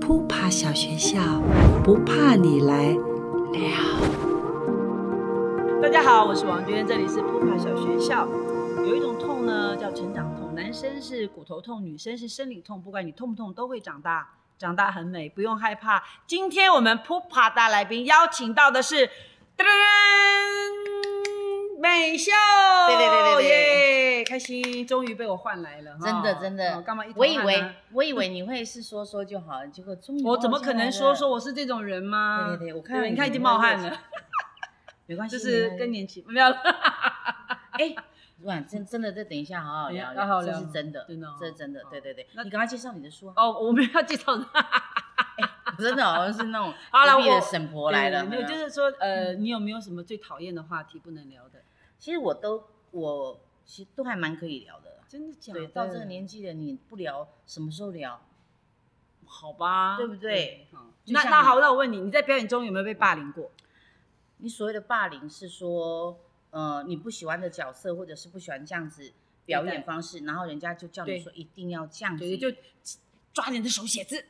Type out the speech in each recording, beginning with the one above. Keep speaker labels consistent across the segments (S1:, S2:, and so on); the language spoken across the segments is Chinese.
S1: 扑爬小学校，不怕你来了。
S2: 大家好，我是王娟，这里是扑爬小学校。有一种痛呢，叫成长痛，男生是骨头痛，女生是生理痛，不管你痛不痛，都会长大，长大很美，不用害怕。今天我们扑爬大来宾邀请到的是，噔噔噔，美秀，
S3: 对对对对
S2: 对，耶，开心，终于被我换来了，
S3: 真的真的，
S2: 哦干嘛一直
S3: 我以
S2: 换
S3: 为
S2: 呢
S3: 我以为你会是说说就好了，结果终于
S2: 我怎么可能说说
S3: 我？
S2: 我是这种人吗？
S3: 对对对，我看到
S2: 你看已经冒汗了，，
S3: 没关系，
S2: 就是
S3: 没关系
S2: 更年期 没有了。
S3: 哎，哇，真真的，这等一下好好聊
S2: 哎好好
S3: 聊，这
S2: 聊
S3: 是真的，
S2: 真的哦
S3: 这是真的
S2: 哦，
S3: 对对对
S2: 那，
S3: 你赶快介绍你的书啊，
S2: 哦，我们要介绍人。
S3: 真的好像是那种
S2: 好了
S3: 隔壁
S2: 我
S3: 的沈婆来了，
S2: 没
S3: 有
S2: 有，
S3: 没有
S2: 就是说，呃，你有没有什么最讨厌的话题不能聊的？
S3: 其实我都我其实都还蛮可以聊的，
S2: 真的假的？嗯
S3: 对，到这个年纪了，你不聊什么时候聊？
S2: 好吧，
S3: 对不对？
S2: 好
S3: 就
S2: 那
S3: 像
S2: 那
S3: 你
S2: 好，那我问你，你在表演中有没有被霸凌过？
S3: 你所谓的霸凌是说，呃，你不喜欢的角色，或者是不喜欢这样子表演方式，然后人家就叫你
S2: 对
S3: 说一定要这样子，
S2: 对，就抓你的手写字。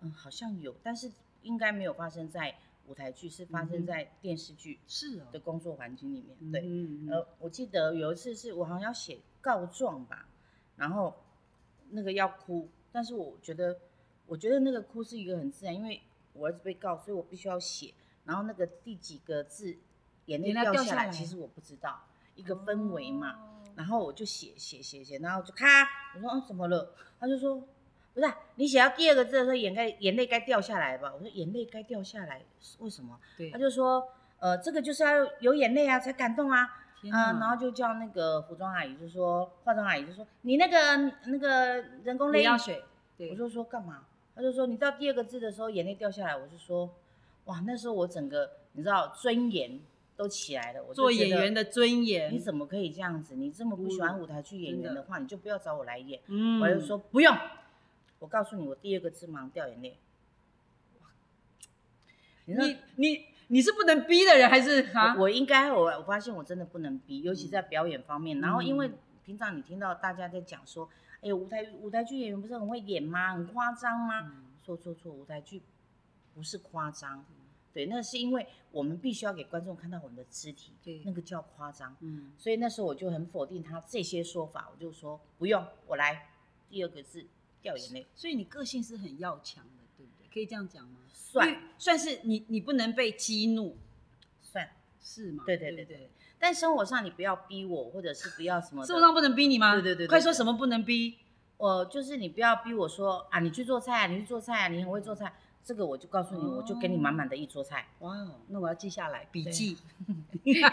S3: 嗯，好像有，但是应该没有发生在舞台剧，是发
S2: 嗯哼
S3: 生在电视剧
S2: 是哦
S3: 的工作环境里面。
S2: 嗯
S3: 对，
S2: 嗯嗯
S3: 呃，我记得有一次是我好像要写告状吧，然后那个要哭，但是我觉得，我觉得那个哭是一个很自然，因为我儿子被告，所以我必须要写。然后那个第几个字眼泪
S2: 眼泪
S3: 掉
S2: 掉
S3: 下
S2: 下
S3: 来，
S2: 来
S3: 其实我不知道一个氛围嘛。
S2: 哦
S3: 然后我就写写写写，然后就咔，我说嗯怎么了？他就说不是啊、你写到第二个字的时候，眼该眼泪该掉下来吧？我说眼泪该掉下来，为什么？
S2: 对，
S3: 他就说呃这个就是要有眼泪啊才感动啊。
S2: 天哪
S3: 嗯，然后就叫那个服装阿姨，就说化妆阿姨就说你那个那个人工泪
S2: 眼
S3: 液
S2: 药，水，对
S3: 我就说干嘛？他就说你到第二个字的时候眼泪掉下来，我就说哇，那时候我整个你知道尊严都起来了，我就
S2: 做
S3: 觉
S2: 演
S3: 得
S2: 员的嗯尊严。
S3: 你怎么可以这样子？你这么不喜欢舞台剧演员的话，你就不要找我来演。
S2: 嗯
S3: 我就说不用，我告诉你，我第二个字忙掉眼泪。你知道
S2: 你你你是不能逼的人还是啊？
S3: 我我应该我我发现我真的不能逼，尤其在表演方面。然后因为
S2: 嗯
S3: 平常你听到大家在讲说，哎呦，舞台舞台剧演员不是很会演吗？很夸张吗？
S2: 嗯
S3: 错错错，舞台剧不是夸张，对，那是因为我们必须要给观众看到我们的肢体，
S2: 对
S3: 那个叫夸张。
S2: 嗯，
S3: 所以那时候我就很否定他这些说法，我就说不用，我来第二个字掉眼泪，
S2: 所以你个性是很要强的，对不对？可以这样讲吗？因为
S3: 算
S2: 算是你你不能被激怒，
S3: 算。
S2: 是吗？
S3: 对对
S2: 对
S3: 对
S2: 对，
S3: 但生活上你不要逼我，或者是不要什么的，
S2: 生活上不能逼你吗？
S3: 对对对对
S2: 快说什么不能逼？
S3: 我就是你不要逼我说啊，你去做菜啊，你去做菜啊，你很会做菜，这个我就告诉你，
S2: 哦
S3: 我就给你满满的一桌菜，
S2: 哇哦，那我要记下来笔
S3: 对
S2: 记。哦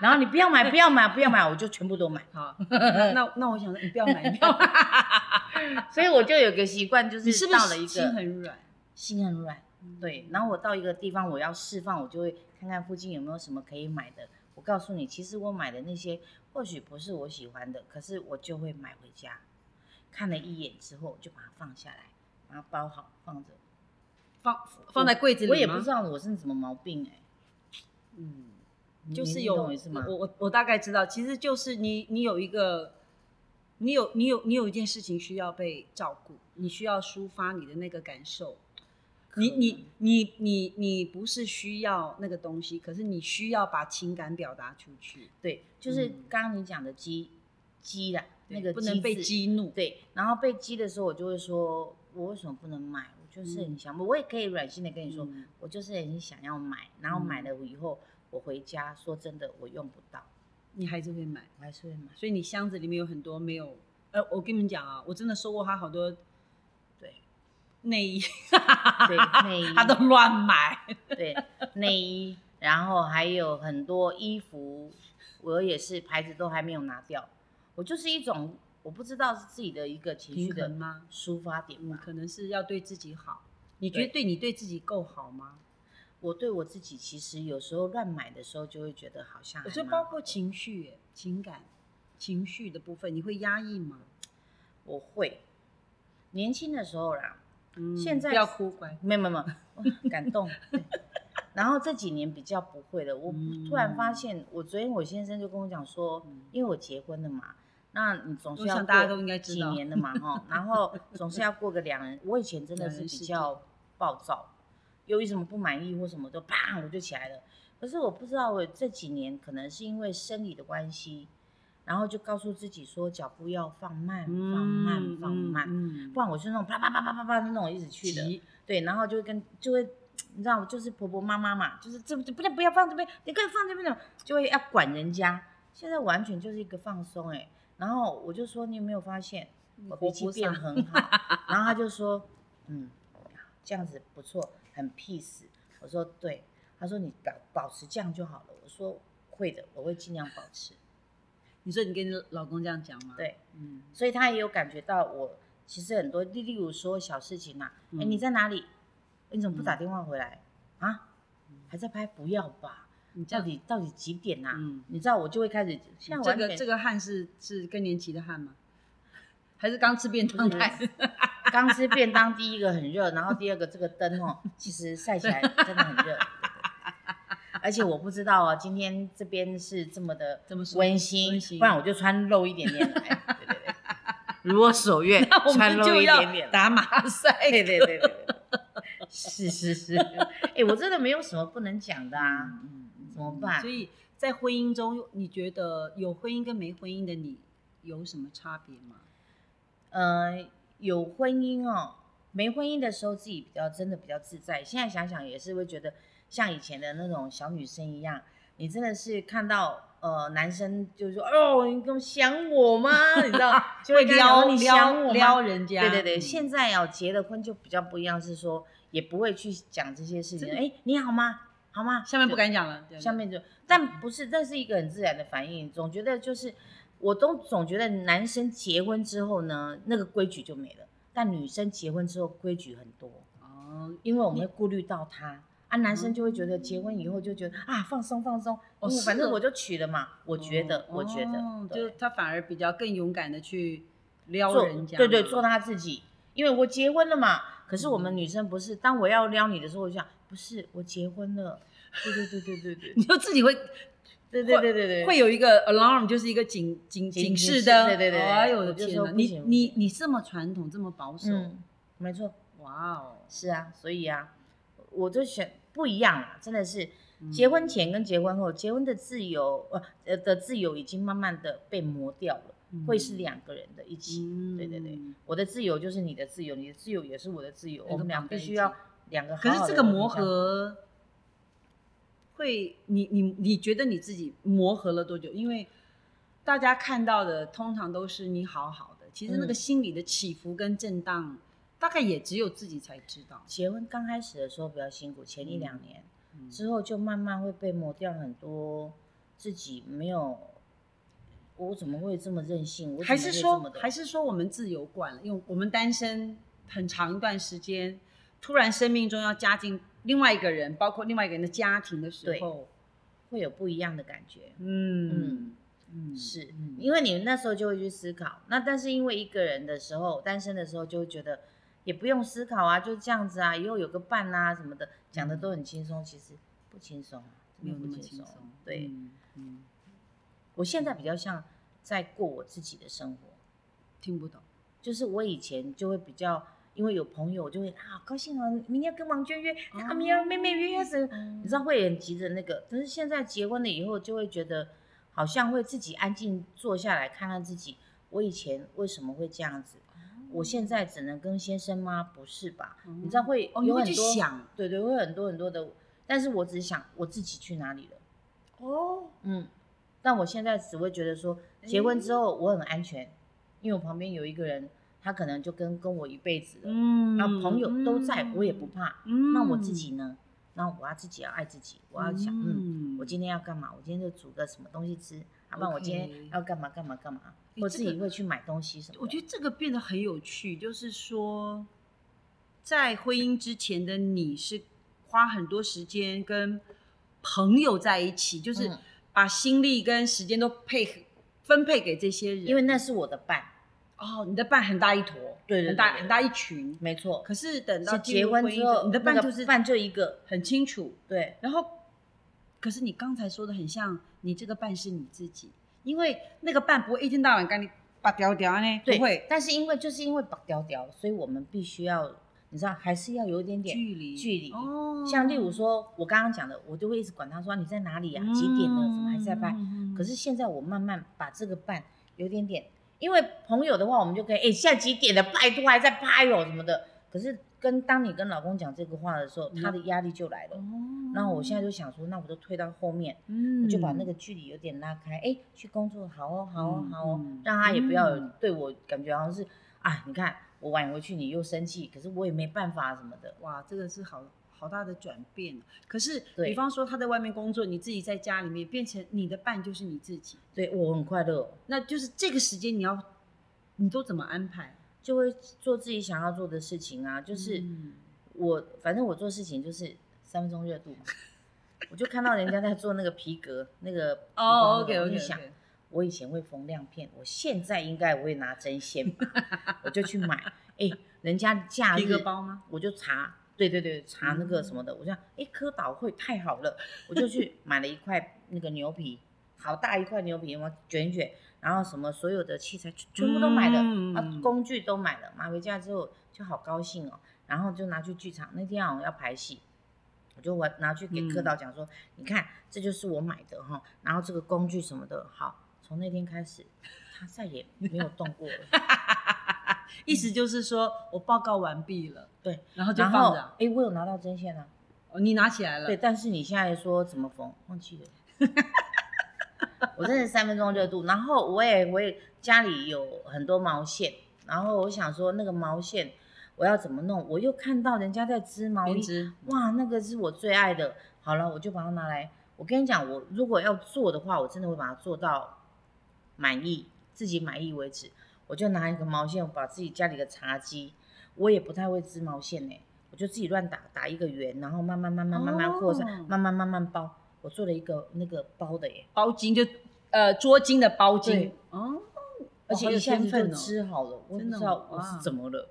S3: 然后你不要买，不要买，不要买，我就全部都买。
S2: 好，那那那我想说，你不要买， 你不要买，
S3: 所以我就有个习惯，就是
S2: 你是不
S3: 到了
S2: 是
S3: 一
S2: 心
S3: 个
S2: 很软？嗯
S3: 心很软，对，然后我到一个地方我要释放，我就会看看附近有没有什么可以买的。我告诉你，其实我买的那些或许不是我喜欢的，可是我就会买回家，看了一眼之后我就把它放下来，把它包好放着。
S2: 放放在柜子里
S3: 我也
S2: 吗
S3: 不知道我是什么毛病哎、
S2: 嗯，
S3: 你
S2: 就是
S3: 你
S2: 有
S3: 懂我意思吗？
S2: 我我我大概知道，其实就是你你有一个，你有你有你有一件事情需要被照顾，你需要抒发你的那个感受。你你你你你不是需要那个东西，可是你需要把情感表达出去，
S3: 对，就是
S2: 嗯
S3: 刚刚你讲的激激啦，那个
S2: 不能被
S3: 字。
S2: 激怒。
S3: 对，然后被激的时候，我就会说，我为什么不能买？我就是很想，我也可以软性的跟你说，
S2: 嗯
S3: 我就是很想要买，然后
S2: 嗯
S3: 买了以后，我回家说真的，我用不到，
S2: 你还是会买。
S3: 我还是 会买。
S2: 所以你箱子里面有很多没有，呃，我跟你们讲啊，我真的收过他好多
S3: 对
S2: 内衣，，
S3: 对，内衣
S2: 他都乱买，
S3: 对内衣，然后还有很多衣服，我也是牌子都还没有拿掉，我就是一种我不知道是自己的一个情绪
S2: 平衡
S3: 的
S2: 吗？
S3: 抒发点
S2: 嗯，
S3: 吧。
S2: 可能是要对自己好。你觉得对你对自己够好吗？
S3: 我对我自己其实有时候乱买的时候，就会觉得好像
S2: 我
S3: 还
S2: 觉得
S3: 蛮
S2: 包括情绪耶、情感、情绪的部分，你会压抑吗？
S3: 我会年轻的时候啦，
S2: 嗯，
S3: 现在
S2: 不要哭，乖。
S3: 没 有没有没有，哇感动。对然后这几年比较不会了，我
S2: 嗯
S3: 突然发现，我昨天我先生就跟我讲说
S2: 嗯，
S3: 因为我结婚了嘛，那你总是
S2: 我
S3: 要
S2: 想大家
S3: 过
S2: 都应该知
S3: 几
S2: 道
S3: 年的嘛哈，然后总是要过个 两人。我以前真的
S2: 两
S3: 是
S2: 人
S3: 比
S2: 世界
S3: 较暴躁，由于什么不满意或什么，就啪我就起来了。可是我不知道，我这几年可能是因为生理的关系，然后就告诉自己说脚步要放慢、放慢、放慢，
S2: 嗯
S3: 不然我是那种啪啪啪啪啪啪那种一直去的。
S2: 急
S3: 对，然后就会跟就会，你知道，就是婆婆妈妈嘛，就是这这不要不要放这边，你快放这边的，就会要管人家。现在完全就是一个放松哎、然后我就说你有没有发现我脾
S2: 活
S3: 气
S2: 泼
S3: 变
S2: 上
S3: 很好？然后他就说嗯，这样子不错，很 peace。我说对，他说你保保持这样就好了。我说会的，我会尽量保持。
S2: 你说你跟你老公这样讲吗？，
S3: 对，
S2: 嗯，
S3: 所以他也有感觉到我其实很多，例例如说小事情啊，哎、你在哪里？你怎么不打电话回来、啊？还在拍？不要吧！
S2: 你这
S3: 到
S2: 样，
S3: 底到底几点啊？
S2: 嗯，
S3: 你知道我就会开始，现在
S2: 这
S3: 完全、
S2: 个这个汗是是更年期的汗吗？还是刚吃便当太？
S3: 刚吃便当，第一个很热，然后第二个这个灯哦，其实晒起来真的很热。而且我不知道啊，今天这边是这么的
S2: 这么舒服
S3: 温馨
S2: 温，馨
S3: 不然我就穿露一点点来。 对对对，如我所愿
S2: 那，我
S3: 穿
S2: 们
S3: 露
S2: 就
S3: 一
S2: 要
S3: 点点来。
S2: 打 马赛
S3: 对对 对对对，是是是， 哎、我真的没有什么不能讲的啊，怎么办
S2: 所？以在婚姻中，你觉得有婚姻跟没婚姻的你有什么差别吗？嗯
S3: 呃，有婚姻哦，没婚姻的时候自己比较真的比较自在，现在想想也是会觉得像以前的那种小女生一样，你真的是看到。呃，男生就说：“哦，你怎么想我吗？你知 道，就会跟他讲
S2: 撩
S3: 说你想
S2: 撩
S3: 我
S2: 撩
S3: 吗？
S2: 人家，
S3: 对对对，
S2: 嗯
S3: 现在哦，结了婚就比较不一样，是说也不会去讲这些事情。哎，你好吗？好吗？
S2: 下面
S3: 就
S2: 不敢讲了，对不对
S3: 下面就，但不是，这是一个很自然的反应。总觉得就是，我都总觉得男生结婚之后呢，那个规矩就没了，但女生结婚之后规矩很多，
S2: 哦
S3: 因为我们会顾虑到他啊，男生就会觉得
S2: 嗯
S3: 结婚以后就觉得啊放松放松，
S2: 哦
S3: 因为反
S2: 是
S3: 正
S2: 哦
S3: 我就娶了嘛，我觉得、
S2: 哦
S3: 我觉得
S2: 哦
S3: 对
S2: 就他反而比较更勇敢的去撩
S3: 做
S2: 人家，
S3: 对对做他自己，因为我结婚了嘛。可是我们女生不是，当我要撩你的时候，我就想不是我结婚了，对对对对对对
S2: 你 就自己会
S3: 对对对对对，
S2: 会有一个 alarm，就是一个警警
S3: 警
S2: 警
S3: 示
S2: 示灯，
S3: 对对对
S2: 哎呦
S3: 我
S2: 我的
S3: 就
S2: 天
S3: 说
S2: 哪，
S3: 不
S2: 你
S3: 行不
S2: 你
S3: 行
S2: 你这么传统，这么保守，
S3: 嗯，没错。
S2: 哇哦，
S3: 是啊，所以啊，我就选不一样啊啦，真的是
S2: 嗯
S3: 结婚前跟结婚后，结婚的自由呃呃的自由已经慢慢的被磨掉了，会是两个人的一起。
S2: 嗯
S3: 对对对，我的自由就是你的自由，你的自由也是我的自由，
S2: 两个
S3: 我们俩
S2: 绑在
S3: 必
S2: 一
S3: 须
S2: 起
S3: 要两个好
S2: 可
S3: 好
S2: 是
S3: 地
S2: 这个磨
S3: 互相，
S2: 合会，你你你觉得你自己磨合了多久？因为大家看到的通常都是你好好的，其实那个
S3: 嗯
S2: 心理的起伏跟震荡，大概也只有自己才知道。
S3: 结婚刚开始的时候比较辛苦，前一两年、
S2: 嗯
S3: 之后就慢慢会被磨掉很多自己没有，我怎么会这么任性？我怎
S2: 还
S3: 么
S2: 是
S3: 会
S2: 说
S3: 这么，的
S2: 还是说我们自由惯了，因为我们单身很长一段时间，突然生命中要加进另外一个人，包括另外一个人的家庭的时
S3: 对
S2: 候，
S3: 会有不一样的感觉？
S2: 嗯嗯
S3: 是
S2: 嗯
S3: 因为你那时候就会去思考，那但是因为一个人的时候，单身的时候就会觉得也不用思考啊，就这样子啊，以后有个伴啊什么的，讲的都很轻松，其实不轻松啊，
S2: 没
S3: 真
S2: 有那
S3: 的不
S2: 么
S3: 轻
S2: 轻
S3: 松
S2: 松。，
S3: 对、
S2: 嗯嗯，
S3: 我现在比较像在过我自己的生活，
S2: 听不懂。
S3: 就是我以前就会比较，因为有朋友我就会啊高兴啊，明天跟王娟约，啊明天妹妹约什么，你知道会很急着那个，但是现在结婚了以后就会觉得，好像会自己安静坐下来看看自己，我以前为什么会这样子？我现在只能跟先生吗？不是吧？
S2: 哦
S3: 你知道会
S2: 哦，你
S3: 有
S2: 会
S3: 很
S2: 去
S3: 多，
S2: 想
S3: 对对，会有很多很多的，但是我只想我自己去哪里了，
S2: 哦，
S3: 嗯，但我现在只会觉得说，
S2: 哎
S3: 结婚之后我很安全，因为我旁边有一个人，他可能就跟跟我一辈子了，
S2: 嗯
S3: 然后朋友都在，我也不，怕。
S2: 嗯
S3: 那我自己呢？那我要自己要爱自己，我要想，嗯，我今天要干嘛？我今天就煮个什么东西吃，啊，不然我今天
S2: OK
S3: 要干嘛干嘛干嘛？
S2: 诶
S3: 我
S2: 这
S3: 自己
S2: 个
S3: 会去买东西什么的。
S2: 我觉得这个变得很有趣，就是说，在婚姻之前的你是花很多时间跟朋友在一起，就是
S3: 嗯
S2: 把心力跟时间都配合分配给这些人，
S3: 因为那是我的伴，
S2: 哦，你的伴很大一坨，
S3: 对对对
S2: 很大
S3: 对
S2: 很大一群，
S3: 没错。
S2: 可是等到
S3: 是
S2: 进
S3: 结
S2: 入
S3: 婚
S2: 姻
S3: 之后，
S2: 你的伴
S3: 那
S2: 就
S3: 个
S2: 是
S3: 伴就一个，
S2: 很清楚，
S3: 对，
S2: 然后，可是你刚才说的很像，你这个伴是你自己，因为那个伴不会一天到晚跟你拔掉掉呢？不
S3: 对
S2: 会，，
S3: 但是因为就是因为绑雕雕，所以我们必须要，你知道，还是要有一点点
S2: 距离
S3: 距离。
S2: 哦
S3: 像例如说，我刚刚讲的，我就会一直管他说啊你在哪里呀、几点了，怎么还在办？
S2: 嗯
S3: 可是现在我慢慢把这个办有点点，因为朋友的话，我们就可以，哎、现在几点了？拜托还在拍哦什么的。可是跟当你跟老公讲这个话的时候，
S2: 嗯
S3: 他的压力就来了。
S2: 哦
S3: 那我现在就想说，那我就推到后面，
S2: 嗯
S3: 我就把那个距离有点拉开。哎、去工作，好哦，好哦
S2: 嗯，
S3: 好哦，
S2: 嗯
S3: 让他也不要有
S2: 嗯
S3: 对我感觉好像是，啊，你看我晚回去你又生气，可是我也没办法什么的。
S2: 哇，这个是好好大的转变哦。可是，
S3: 对
S2: 比方说他在外面工作，你自己在家里面变成你的伴就是你自己，
S3: 对我很快乐哦、
S2: 那就是这个时间你要，你都怎么安排？
S3: 就会做自己想要做的事情啊，就是。
S2: 嗯
S3: 我反正我做事情就是三分钟热度嘛，我就看到人家在做那个皮革那个皮
S2: 哦
S3: 包那个
S2: ，OK
S3: 我
S2: OK，
S3: 就想我以前会缝亮片，我现在应该我会拿针线吧，我就去买，哎、人家假
S2: 皮革
S3: 日
S2: 包吗？
S3: 我就查，对对对，查那个
S2: 嗯
S3: 什么的，我想哎科导会太好了，我就去买了一块那个牛皮，好大一块牛皮，我卷一卷，然后什么所有的器材全全部都买了，
S2: 嗯
S3: 啊工具都买了，买回家之后就好高兴哦，然后就拿去剧场，那天好像要排戏。我就我拿去
S2: 嗯
S3: 给科导讲说，你看，这就是我买的哈，然后这个工具什么的，好，从那天开始，他再也没有动 过了。
S2: 意思就是说我报告完毕了，
S3: 对，
S2: 然后就
S3: 然
S2: 放
S3: 后，
S2: 着啊
S3: 哎、我有拿到针线啊，
S2: 哦，你拿起来了，
S3: 对，，但是你现在说怎么缝，忘记了。 我真的三分钟热度，然后我也我也家里有很多毛线，然后我想说那个毛线我要怎么弄，我又看到人家在织毛
S2: 编
S3: 衣，
S2: 织，
S3: 哇，那个是我最爱的。好了，我就把它拿来。我跟你讲，我如果要做的话，我真的会把它做到满意，自己满意为止。我就拿一个毛线，我把自己家里的茶几，我也不太会织毛线呢、我就自己乱打打一个圆，然后慢慢慢慢慢慢扩散，
S2: 哦
S3: 慢慢慢慢包。我做了一个那个包的耶、
S2: 包巾就呃捉巾的包巾
S3: 对，
S2: 哦，好
S3: 而且
S2: 有
S3: 一下
S2: 天
S3: 子就
S2: 分哦
S3: 织好了，我也
S2: 真
S3: 不
S2: 的
S3: 知道
S2: 哦
S3: 我是
S2: 哇
S3: 怎么了。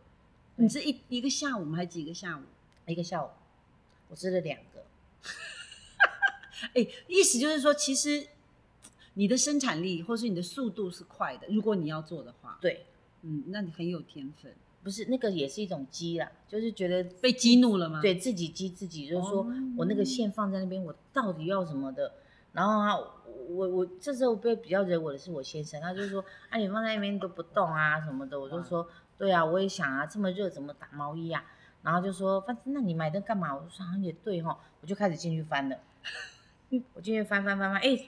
S2: 你这一一个下午吗？还几个下午？
S3: 一个下午，我织了两个，
S2: 哎，意思就是说，其实你的生产力或是你的速度是快的，如果你要做的话，
S3: 对，
S2: 嗯，那你很有天分。
S3: 不是那个也是一种鸡啦，就是觉得
S2: 被激怒了吗？，
S3: 对自己激自己，就是说、我那个线放在那边，我到底要什么的。然后啊，我我这时候被比较惹我的是我先生，他就说啊，你放在那边都不动啊什么的，我就说对啊，我也想啊，这么热怎么打毛衣啊？然后就说反正那你买的干嘛？我就说好像也对哈、我就开始进去翻了，我进去翻翻翻翻，哎，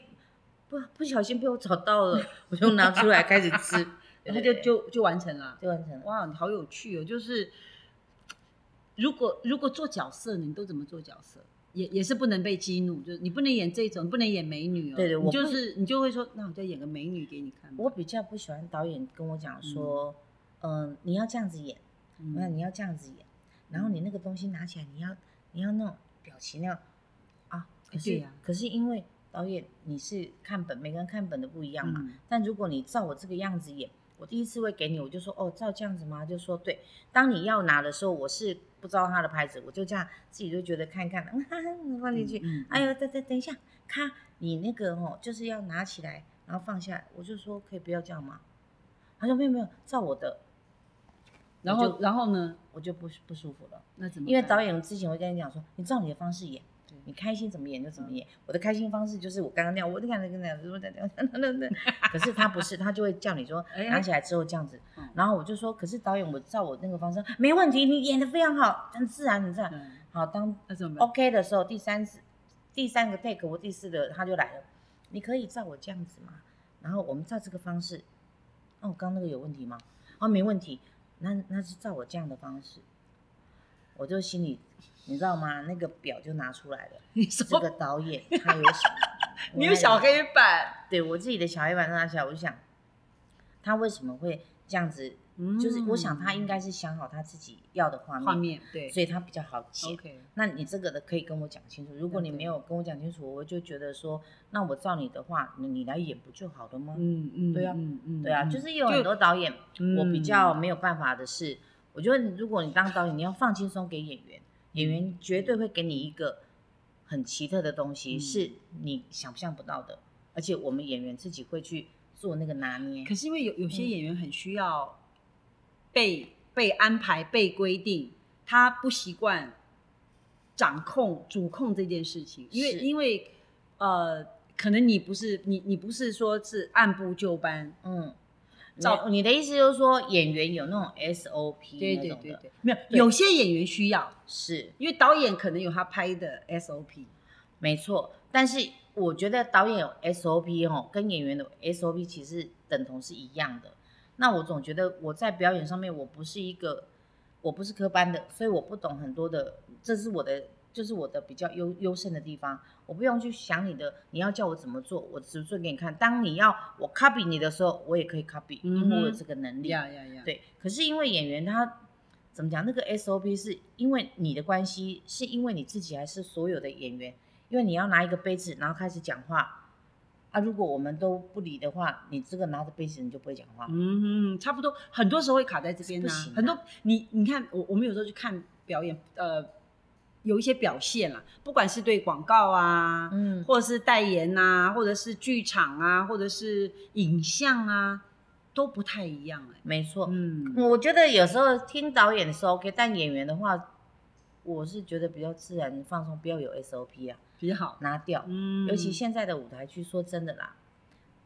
S3: 不不小心被我找到了，我就拿出来开始吃，
S2: 然后就
S3: 对对对
S2: 就就完成了。
S3: 就完成了。
S2: 哇，你好有趣哦！就是如果如果做角色呢，你都怎么做角色？也也是不能被激怒，就是你不能演这种，你不能演美女哦。
S3: 对对
S2: 你
S3: 我
S2: 就
S3: 不
S2: 是你就会说，那我就演个美女给你看吧。
S3: 我比较不喜欢导演跟我讲说，嗯、你要这样子演，
S2: 嗯
S3: 那、你要这样子演，然后你那个东西拿起来，你要你要那种表情那样啊。可
S2: 哎
S3: 是、
S2: 对呀
S3: 可是因为导演你是看本，每个人看本的不一样嘛。
S2: 嗯
S3: 但如果你照我这个样子演，我第一次会给你，我就说哦，照这样子吗？就说对。当你要拿的时候，我是不知道他的拍子，我就这样自己就觉得看看，嗯、哈哈放进去，
S2: 嗯嗯
S3: 哎呦，等等等一下，咔，你那个哦，就是要拿起来，然后放下来。我就说可以不要这样吗？他说没有没有，照我的，
S2: 然
S3: 我
S2: 后
S3: 就
S2: 然后呢？
S3: 我就不不舒服了。
S2: 那怎么办？
S3: 因为导演之前会跟你讲说，你照你的方式演
S2: 对，嗯
S3: 你开心怎么演就怎么演。我的开心方式就是我刚刚那样，我就刚刚那样，我那样，那 那。可是他不是，他就会叫你说
S2: 哎呀
S3: 拿起来之后这样子
S2: 嗯。
S3: 然后我就说，可是导演，我照我那个方式没问题，你演的非常好，很自然，很自然。
S2: 嗯
S3: 好，当
S2: 那怎么办？
S3: OK 的时候，第三次、第三个 take 或第四个他就来了，你可以照我这样子吗？然后我们照这个方式。哦，刚刚那个有问题吗？哦，没问题，那那是照我这样的方式。我就心里，你知道吗？那个表就拿出来了。
S2: 你说？
S3: 这个导演他有什么
S2: 哦 你有小
S3: 我那里
S2: 黑板，
S3: 对我自己的小黑板拿起来，我就想，他为什么会这样子？就是我想他应该是想好他自己要的画
S2: 嗯
S3: 面，
S2: 画面对
S3: 所以他比较好解。
S2: ，OK，
S3: 那你这个的可以跟我讲清楚。
S2: 嗯
S3: 如果你没有跟我讲清楚，我就觉得说，那我照你的话，你你来演不就好了吗？
S2: 嗯嗯，
S3: 对啊
S2: 嗯嗯，
S3: 对啊，
S2: 嗯
S3: 就是有很多导演，
S2: 嗯
S3: 我比较没有办法的是，我觉得如果你当导演，你要放轻松给演员，演员绝对会给你一个很奇特的东西，
S2: 嗯
S3: 是你想象不到的，而且我们演员自己会去做那个拿捏
S2: 可。是因为有有些
S3: 嗯
S2: 演员很需要被、被安排、被规定，他不习惯掌控、主控这件事情，因为
S3: 是
S2: 因为呃，可能你不是你你不是说是按部就班，
S3: 嗯，
S2: 照
S3: 你你的意思就是说演员有那种 SOP
S2: 对
S3: 那
S2: 对
S3: 种
S2: 对
S3: 的，
S2: 对，没有
S3: 对
S2: 有些演员需要，
S3: 是
S2: 因为导演可能有他拍的 SOP，
S3: 没错。但是我觉得导演有 SOP 哦，跟演员的 SOP 其实等同是一样的。那我总觉得我在表演上面，我不是一个，我不是科班的，所以我不懂很多的，这是我的，就是我的比较优优胜的地方。我不用去想你的，你要叫我怎么做，我只做给你看。当你要我 copy 你的时候，我也可以 copy，因为我有
S2: 嗯哼
S3: 这个能力。
S2: 呀呀呀，
S3: 对，可是因为演员他怎么讲，那个 SOP 是因为你的关系，是因为你自己还是所有的演员？因为你要拿一个杯子，然后开始讲话啊。如果我们都不理的话，你这个拿着杯子你就不会讲话。
S2: 嗯，差不多，很多时候会卡在这边
S3: 不
S2: 呢、
S3: 行啊
S2: 很多你你看，我我们有时候去看表演，呃，有一些表现啦，不管是对广告啊，
S3: 嗯，
S2: 或者是代言呐、啊，或者是剧场啊，或者是影像啊，都不太一样哎、
S3: 没错。
S2: 嗯，
S3: 我觉得有时候听导演是 OK，但演员的话，我是觉得比较自然放松，不要有 SOP 啊，
S2: 比较好。
S3: 拿掉。
S2: 嗯
S3: 尤其现在的舞台剧，说真的啦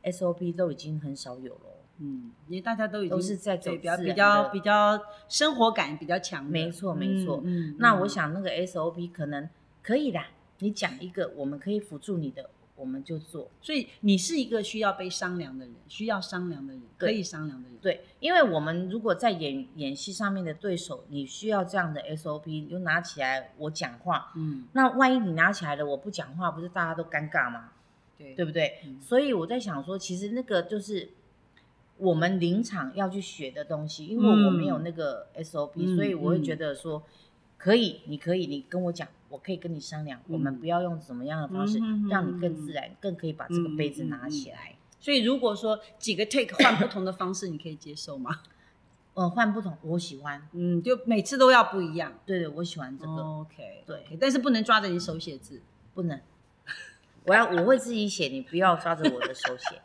S3: ，SOP 都已经很少有了。哦
S2: 嗯，因为大家都已经
S3: 都是在走
S2: 对比较
S3: 自
S2: 比
S3: 然
S2: 较
S3: 的
S2: 比较生活感比较强的，
S3: 没错没错
S2: 嗯
S3: 那我，想那个 SOP 可能可以啦，你讲一个，我们可以辅助你的，我们就做。
S2: 所以你是一个需要被商量的人，需要商量的人，
S3: 对
S2: 可以商量的人，
S3: 对，因为我们如果在演演戏上面的对手，你需要这样的 SOP，你就拿起来我讲话。
S2: 嗯，
S3: 那万一你拿起来了，我不讲话，不是大家都尴尬吗？
S2: 对
S3: 对不对？
S2: 嗯
S3: 所以我在想说，其实那个就是我们临场要去学的东西，因为
S2: 嗯
S3: 我没有那个 SOP，、
S2: 嗯
S3: 所以我会觉得说，可以，你可以，你跟我讲，我可以跟你商量，
S2: 嗯
S3: 我们不要用怎么样的方式，
S2: 嗯哼哼
S3: 让你更自然，更可以把这个杯子拿起来。
S2: 所以如果说几个 take 换不同的方式，你可以接受吗？
S3: 呃，换不同，我喜欢，
S2: 嗯，就每次都要不一样。
S3: 对对，我喜欢这个，
S2: 哦 OK，
S3: 对
S2: OK，但是不能抓着你手写字。
S3: 不能， 我要我会自己写，你不要抓着我的手写，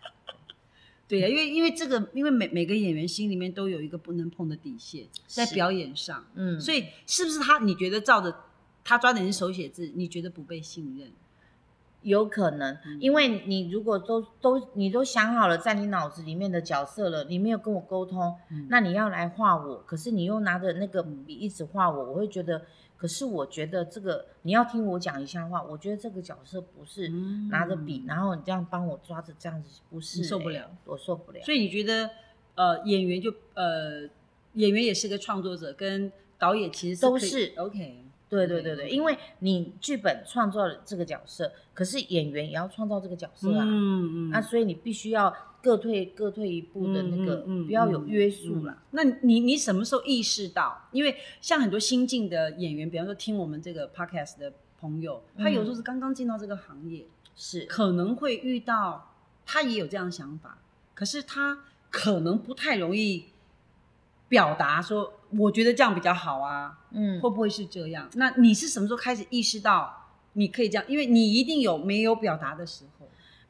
S2: 对呀，因为因为这个，因为每每个演员心里面都有一个不能碰的底线，在
S3: 是
S2: 表演上，
S3: 嗯，
S2: 所以是不是他？你觉得照着他抓着你手写字，你觉得不被信任？
S3: 有可能，
S2: 嗯
S3: 因为你如果都都你都想好了在你脑子里面的角色了，你没有跟我沟通，
S2: 嗯
S3: 那你要来画我，可是你又拿着那个笔一直画我，我会觉得，可是我觉得这个你要听我讲一下话，我觉得这个角色不是
S2: 嗯
S3: 拿着笔，然后你这样帮我抓着这样子，不是、
S2: 你受不
S3: 欸
S2: 了，
S3: 我受不了。
S2: 所以你觉得呃，演员就呃，演员也是个创作者，跟导演其实
S3: 都
S2: 可以
S3: 是
S2: OK。
S3: 对对对对，
S2: 嗯
S3: 因为你剧本创造了这个角色，可是演员也要创造这个角色啊。
S2: 嗯
S3: 那所以你必须要各退各退一步的那个，
S2: 嗯嗯嗯
S3: 不要有约束啦。
S2: 那你你什么时候意识到？因为像很多新进的演员，比方说听我们这个 podcast 的朋友，他
S3: 嗯
S2: 有时候是刚刚进到这个行业，
S3: 是，
S2: 可能会遇到他也有这样的想法，可是他可能不太容易表达说，我觉得这样比较好啊，
S3: 嗯，
S2: 会不会是这样？那你是什么时候开始意识到你可以这样？因为你一定有没有表达的时候。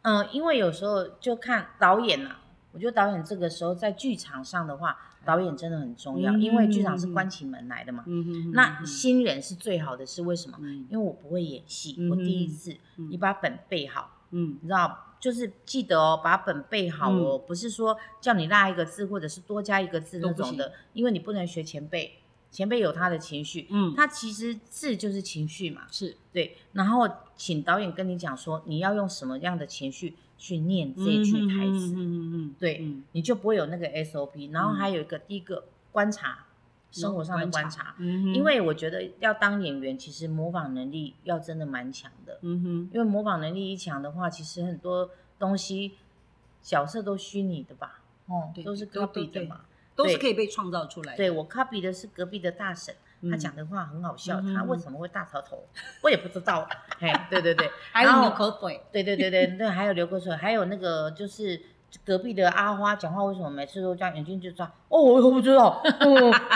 S3: 嗯、因为有时候就看导演啦、我觉得导演这个时候在剧场上的话，导演真的很重要，
S2: 嗯
S3: 因为剧场是关起门来的嘛。
S2: 嗯哼
S3: 那新人是最好的，是为什么？
S2: 嗯
S3: 因为我不会演戏，
S2: 嗯
S3: 我第一次，
S2: 嗯
S3: 你把本背好，
S2: 嗯
S3: 你知道，就是记得哦，把本背好哦，不是说叫你落一个字或者是多加一个字
S2: 都
S3: 那
S2: 不
S3: 种的，因为你不能学前辈，前辈有他的情绪，
S2: 嗯，
S3: 他其实字就是情绪嘛，
S2: 是
S3: 对，然后请导演跟你讲说你要用什么样的情绪去念这一句台词，
S2: 嗯嗯嗯，
S3: 对
S2: 嗯
S3: 你就不会有那个 SOP。然后还有一个、第一个观察，生活上的观察，
S2: 嗯哼
S3: 因为我觉得要当演员，其实模仿能力要真的蛮强的，
S2: 嗯哼，
S3: 因为模仿能力一强的话，其实很多东西角色都虚拟的吧，哦、
S2: 对
S3: 都是
S2: 都都
S3: copy 的
S2: 对
S3: 嘛。
S2: 都是
S3: 对
S2: 可以被创造出来的。
S3: 对我 copy 的是隔壁的大婶，
S2: 嗯
S3: 她讲的话很好笑，
S2: 嗯
S3: 她为什么会大潮头， 我也不知道。啊嘿，对对对，
S2: 还有
S3: 然
S2: 你
S3: 后
S2: 的口水，
S3: 对对对对，那还有流口水，还有那个就是隔壁的阿花讲话为什么每次都这样眼睛就抓？哦，我我不知道，哦，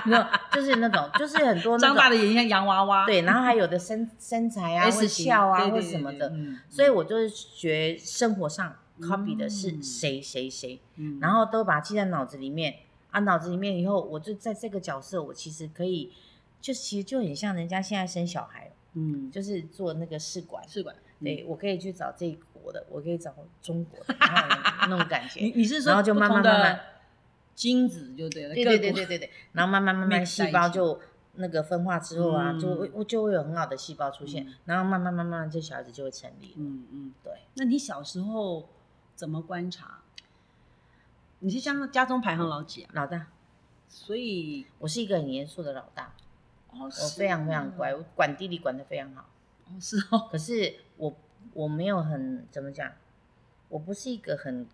S3: 没有，就是那种，就是很多那
S2: 张
S3: 种
S2: 大的眼睛像洋娃娃，
S3: 对，然后还有的身身材啊，
S2: ，S
S3: 会
S2: 型
S3: 笑啊，
S2: 对
S3: 或
S2: 对
S3: 什么
S2: 对
S3: 的，
S2: 嗯
S3: 所以我就是学生活上 copy 的
S2: 嗯
S3: 是谁谁谁，
S2: 嗯
S3: 然后都把它记在脑子里面啊，脑子里面以后，我就在这个角色，我其实可以，就其实就很像人家现在生小孩，
S2: 嗯，
S3: 就是做那个试管，
S2: 试管，
S3: 对我可以去找这一国的，我可以找中国 的，然后那种感
S2: 你
S3: 觉，
S2: 你是说
S3: 然后就
S2: 不
S3: 慢
S2: 同
S3: 慢
S2: 的
S3: 慢慢
S2: 精子就对了，
S3: 对
S2: 各
S3: 对对
S2: 国
S3: 对对对，然后慢慢慢慢
S2: mix 在
S3: 细
S2: 一
S3: 胞
S2: 起
S3: 就那个分化之后啊，就
S2: 嗯
S3: 会就会有很好的细胞出现
S2: 嗯，
S3: 然后慢慢慢慢慢这小孩子就会成立了，
S2: 嗯嗯，
S3: 对。
S2: 那你小时候怎么观察？你是家家中排行老几啊？
S3: 老大，
S2: 所以
S3: 我是一个很严肃的老大，
S2: 哦，
S3: 我非常非常乖，我管弟弟管得非常好。
S2: 哦，是哦，
S3: 可是我我没有很怎么讲，我不是一个很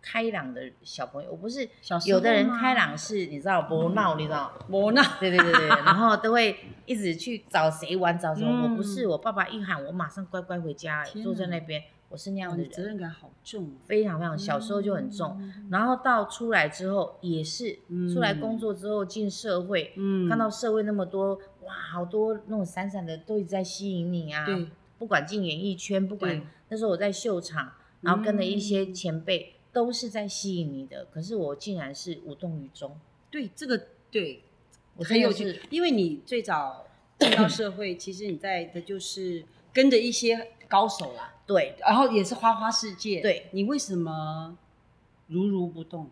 S3: 开朗的小朋友，我不是
S2: 小时候
S3: 有的人
S2: 吗嗯
S3: 开朗是你知道不闹，你知道。
S2: 我那
S3: 对对 对对，然后都会一直去找谁玩找什么。我不是，
S2: 嗯
S3: 我爸爸一喊，我马上乖乖回家，
S2: 天
S3: 坐在
S2: 哪
S3: 那边。我是那样
S2: 哇
S3: 的
S2: 你责
S3: 人，
S2: 任感好重啊，
S3: 非常非常小时候就很重，
S2: 嗯，
S3: 然后到出来之后也是，出来工作之后进社会，
S2: 嗯
S3: 看到社会那么多哇，好多那种闪闪的都一直在吸引你啊。
S2: 对，
S3: 不管进演艺圈，不管
S2: 对嗯
S3: 那时候我在秀场，然后跟了一些前辈，都是在吸引你的。可是我竟然是无动于衷，
S2: 对这个对
S3: 我
S2: 很
S3: 真
S2: 有
S3: 的
S2: 趣
S3: 是，
S2: 因为你最早进到社会，其实你在的就是跟着一些高手啦，
S3: 对
S2: 然后也是花花世界。
S3: 对，
S2: 你为什么如如不动？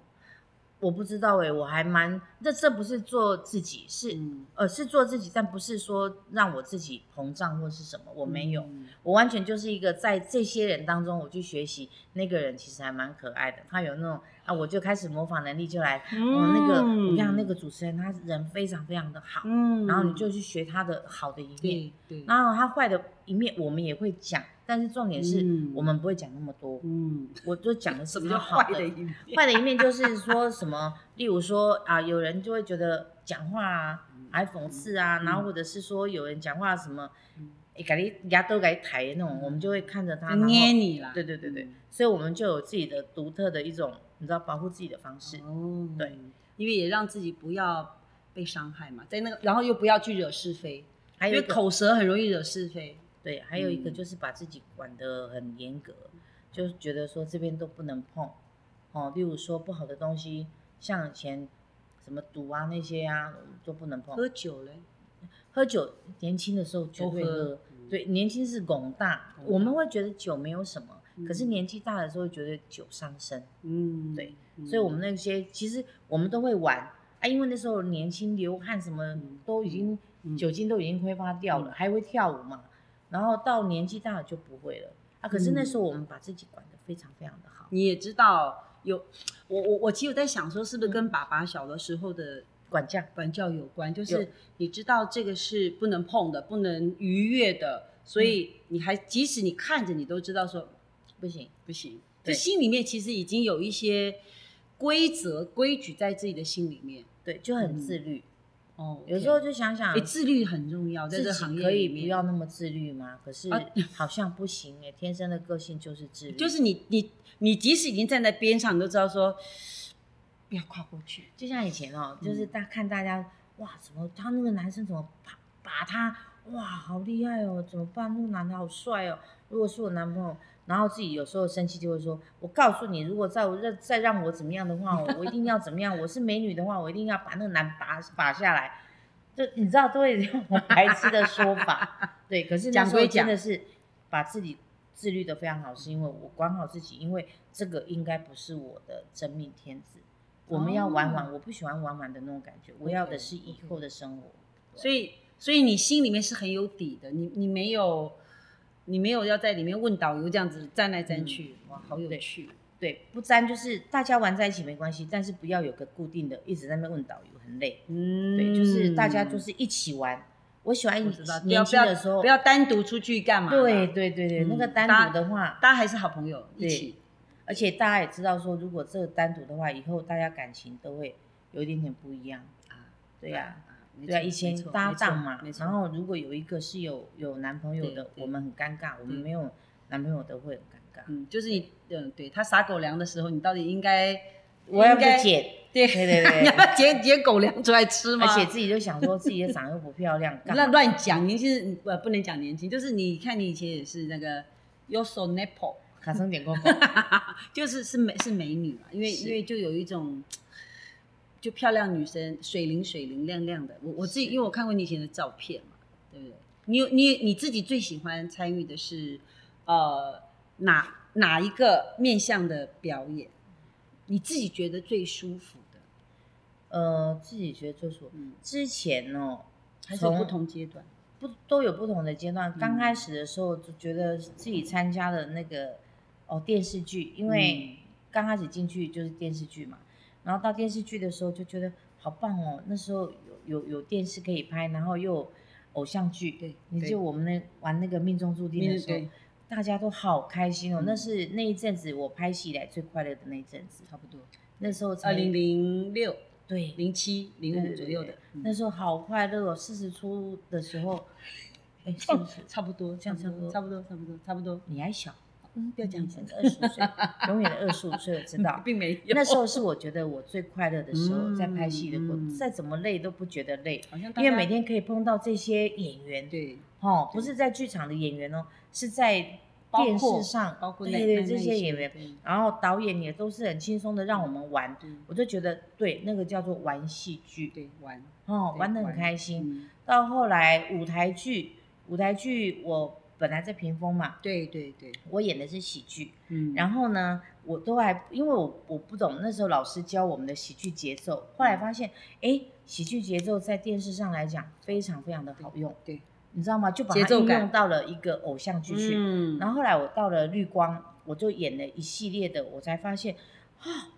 S3: 我不知道哎、我还蛮这这不是做自己，是、
S2: 嗯，
S3: 呃是做自己，但不是说让我自己膨胀或是什么，我
S2: 我
S3: 没有，
S2: 嗯
S3: 我完全就是一个在这些人当中我去学习，那个人其实还蛮可爱的，他有那种啊，我就开始模仿能力就来，哇、那个我跟你讲那个主持人他人非常非常的好，
S2: 嗯，
S3: 然后你就去学他的好的一面，
S2: 对对，
S3: 然后他坏的一面我们也会讲，但是重点是、
S2: 嗯
S3: 我们不会讲那么多，
S2: 嗯，
S3: 我就讲的是
S2: 什
S3: 比
S2: 么
S3: 较
S2: 叫
S3: 好
S2: 坏
S3: 的
S2: 的一面？
S3: 坏的一面就是说什么，例如说啊，有人就会觉得讲话啊，还讽刺啊，
S2: 嗯
S3: 然后或者是说有人讲话什么
S2: 嗯，
S3: 诶，给你牙都给你抬的那种，我们就会看着他， 然后
S2: 捏你啦。
S3: 对对对对
S2: 嗯，
S3: 所以我们就有自己的独特的一种，你知道保护自己的方式。
S2: 哦，
S3: 对，
S2: 因为也让自己不要被伤害嘛，在那个，然后又不要去惹是非，
S3: 还
S2: 因
S3: 有一
S2: 为
S3: 个
S2: 口舌很容易惹是非。
S3: 对，还有一个
S2: 嗯
S3: 就是把自己管得很严格，就是觉得说这边都不能碰，哦，例如说不好的东西，像以前什么毒啊那些啊都不能碰。
S2: 喝酒嘞，
S3: 喝酒年轻的时候绝对
S2: 都喝嗯
S3: 喝，对，年轻是拱大，
S2: 拱大
S3: 我们会觉得酒没有什么，
S2: 嗯
S3: 可是年纪大的时候会觉得酒伤身，
S2: 嗯，
S3: 对
S2: 嗯，
S3: 所以我们那些其实我们都会玩啊，因为那时候年轻流汗什么
S2: 嗯
S3: 都已经、
S2: 嗯
S3: 酒精都已经挥发掉了，
S2: 嗯
S3: 还会跳舞嘛，然后到年纪大了就不会了啊，可是
S2: 嗯
S3: 那时候我们把自己管得非常非常的好，
S2: 你也知道有，我我我其实有在想说，是不是跟爸爸小的时候的
S3: 管教
S2: 管教有关？就
S3: 嗯有
S2: 是你知道这个是不能碰的，不能逾越的，所以
S3: 嗯
S2: 你还即使你看着，你都知道说
S3: 不行，
S2: 不行，就
S3: 对
S2: 心里面其实已经有一些规则规矩在自己的心里面。
S3: 对，就很自律，
S2: 哦
S3: 有时候就想想
S2: 哎，诶自律很重要，在这
S3: 自
S2: 个行
S3: 己
S2: 业
S3: 可以
S2: 里
S3: 不
S2: 面
S3: 要那么自律吗？可是
S2: 啊
S3: 好像不行哎、天生的个性就是自律，
S2: 就是你你你即使已经站在边上，你都知道说不要跨过去。
S3: 就像以前哦，
S2: 嗯
S3: 就是大看大家哇，怎么他那个男生怎么把把他哇，好厉害哦，怎么办？那个男的好帅哦。如果是我男朋友，然后自己有时候生气就会说，我告诉你，如果再我再再让我怎么样的话，我一定要怎么样。我是美女的话，我一定要把那个男拔拔下来。就你知道，都会有这种白痴的说法。对，可是那
S2: 讲
S3: 时候
S2: 归
S3: 真
S2: 讲
S3: 的是把自己自律的非常好，是因为我管好自己，因为这个应该不是我的真命天子。我们要玩
S2: 哦
S3: 玩，我不喜欢玩玩的那种感觉，我要的是以后的生活。
S2: 所以，所以你心里面是很有底的，你你没有，你没有要在里面问导游这样子站来站去，哇，好有
S3: 嗯对
S2: 趣。
S3: 对，不沾就是大家玩在一起没关系，但是不要有个固定的，一直在那边问导游很累。
S2: 嗯
S3: 对，就是大家就是一起玩。我喜欢
S2: 我知道，不要
S3: 年
S2: 不
S3: 轻
S2: 要
S3: 的时候，
S2: 不要单独出去干嘛啦？
S3: 对对对对，
S2: 嗯
S3: 那个
S2: 大
S3: 单独的话，
S2: 大家还是好朋友一
S3: 对
S2: 起。
S3: 而且大家也知道说，如果这个单独的话，以后大家感情都会有一点点不一样。
S2: 啊，
S3: 对呀、
S2: 没
S3: 对啊，
S2: 错
S3: 以
S2: 没
S3: 前
S2: 错
S3: 搭
S2: 没错
S3: 档嘛
S2: 没，错
S3: 然后如果有一个是有有男朋友的
S2: 对，对嗯
S3: 我们很尴尬，我们
S2: 对
S3: 没有男朋友的会很尴尬。
S2: 嗯，就是你，嗯，对他撒狗粮的时候，你到底应该，
S3: 我要不
S2: 应该
S3: 就 剪，
S2: 对
S3: 对对对
S2: 你要不要捡捡狗粮出来吃吗？
S3: 而且自己就想说自己也长得又不漂亮，干嘛
S2: 乱乱讲，年轻人呃不能讲年轻，就是你看你以前也是那个 Yoso Nepo，
S3: 卡森 点 Coco，
S2: 就是是美是美女嘛，因为
S3: 是
S2: 因为就有一种就漂亮女生，水灵水灵亮亮的。我我自己
S3: 是
S2: 因为我看过你以前的照片嘛，对不对？你有你你自己最喜欢参与的是呃哪哪一个面向的表演？你自己觉得最舒服的？
S3: 呃，自己觉得最舒服。
S2: 嗯，
S3: 之前哦，
S2: 还是
S3: 从
S2: 不同阶段？
S3: 不都有不同的阶段。刚
S2: 嗯
S3: 开始的时候就觉得自己参加了那个哦电视剧，因
S2: 嗯
S3: 为刚开始进去就是电视剧嘛，然后到电视剧的时候就觉得好棒哦，那时候有有有电视可以拍，然后又有偶像剧
S2: 对，
S3: 你
S2: 对
S3: 就我们那玩那个命中注定的时候
S2: 对，
S3: 大家都好开心哦，
S2: 嗯
S3: 那是那一阵子我拍戏以来最快乐的那一阵子，
S2: 差不多。
S3: 那时候才
S2: 二零零六、
S3: 对
S2: 零七、零
S3: 对
S2: 五左右的，嗯
S3: 那时候好快乐哦，四十出的时 候，哎，是不是？
S2: 差不多，这
S3: 差
S2: 样
S3: 不多
S2: 差不多，差不多，差不多。
S3: 你还小，
S2: 嗯，不要讲真的，
S3: 二十五岁，永远的二十五岁，我知道。
S2: 并没有。
S3: 那时候是我觉得我最快乐的时候，
S2: 嗯
S3: 在拍戏的过程，
S2: 嗯
S3: 再怎么累都不觉得累，
S2: 好像大
S3: 因
S2: 家
S3: 为每天可以碰到这些演员，
S2: 对
S3: 哦，不是在剧场的演员哦，是在
S2: 包
S3: 电视
S2: 括
S3: 上，
S2: 包括
S3: 对
S2: 那
S3: 对对
S2: 那
S3: 这
S2: 那
S3: 些
S2: 一
S3: 演
S2: 些
S3: 员
S2: 对，
S3: 然后导演也都是很轻松的让我们玩，
S2: 对
S3: 我就觉得对，那个叫做玩戏剧，
S2: 对玩，
S3: 哦，
S2: 对
S3: 玩的很
S2: 玩
S3: 开心。
S2: 嗯，
S3: 到后来舞台剧，舞台剧我本来在屏风嘛，
S2: 对对对，
S3: 我演的是喜剧，
S2: 嗯，
S3: 然后呢，我都还因为我我不懂那时候老师教我们的喜剧节奏，
S2: 嗯
S3: 后来发现，哎，喜剧节奏在电视上来讲非常非常的好用，
S2: 对，
S3: 你知道吗？就把
S2: 节
S3: 它
S2: 奏
S3: 应
S2: 感
S3: 用到了一个偶像剧去。
S2: 嗯
S3: 然后后来我到了绿光，我就演了一系列的，我才发现啊，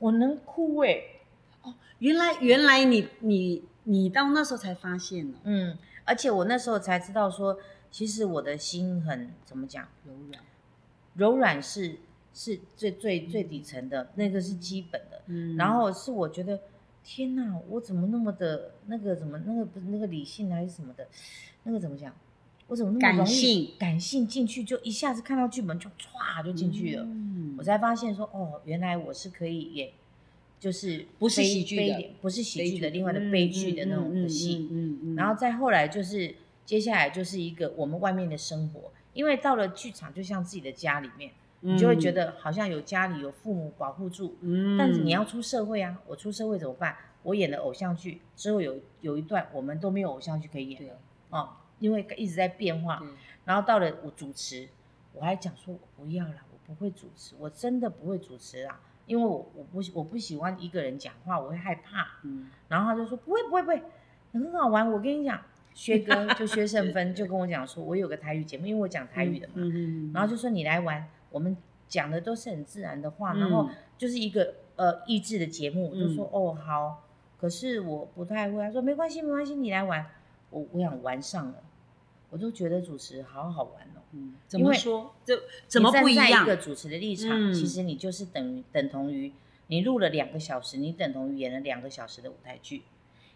S3: 我能哭哎、
S2: 原来原来你你你到那时候才发现哦，
S3: 嗯，而且我那时候才知道说，其实我的心很怎么讲，
S2: 柔软，
S3: 柔软是是最最最底层的那个是基本的，
S2: 嗯
S3: 然后是我觉得，天哪，我怎么那么的那个怎么那个不是那个理性还是什么的，那个怎么讲？我怎么那么
S2: 感
S3: 容易
S2: 性
S3: 感性进去，就一下子看到剧本就歘就进去了。
S2: 嗯
S3: 我才发现说，哦，原来我是可以演，就是
S2: 不是
S3: 悲
S2: 喜剧的
S3: 悲不是喜
S2: 悲
S3: 剧的，另外的悲剧的那种的戏。
S2: 嗯嗯嗯嗯，
S3: 然后再后来就是接下来就是一个我们外面的生活，因为到了剧场就像自己的家里面，
S2: 你
S3: 你就会觉，得好像有家里有父母保护住，
S2: 嗯
S3: 但是你要出社会啊，我出社会怎么办？我演的偶像剧之后有有一段我们都没有偶像剧可以演
S2: 对
S3: 了哦，因为一直在变化。
S2: 对
S3: 然后到了我主持，我还讲说我不要啦，我不会主持，我真的不会主持啊，因为我我不我不喜欢一个人讲话，我会害怕。
S2: 嗯
S3: 然后他就说不会不会不会，很好玩。我跟你讲，薛哥就薛胜芬就跟我讲说，我有个台语节目，因为我讲台语的嘛，
S2: 嗯嗯，
S3: 然后就说你来玩，我们讲的都是很自然的话，
S2: 嗯
S3: 然后就是一个呃益智的节目，我就说、
S2: 嗯
S3: 哦好，可是我不太会。他啊说没关系没关系，你来玩。我我想玩上了，我就觉得主持好好玩哦。
S2: 嗯怎
S3: 因
S2: 么
S3: 为
S2: 说这怎么不一
S3: 你站在
S2: 样
S3: 一？个主持的立场，
S2: 嗯
S3: 其实你就是等于等同于你录了两个小时，你等同于演了两个小时的舞台剧，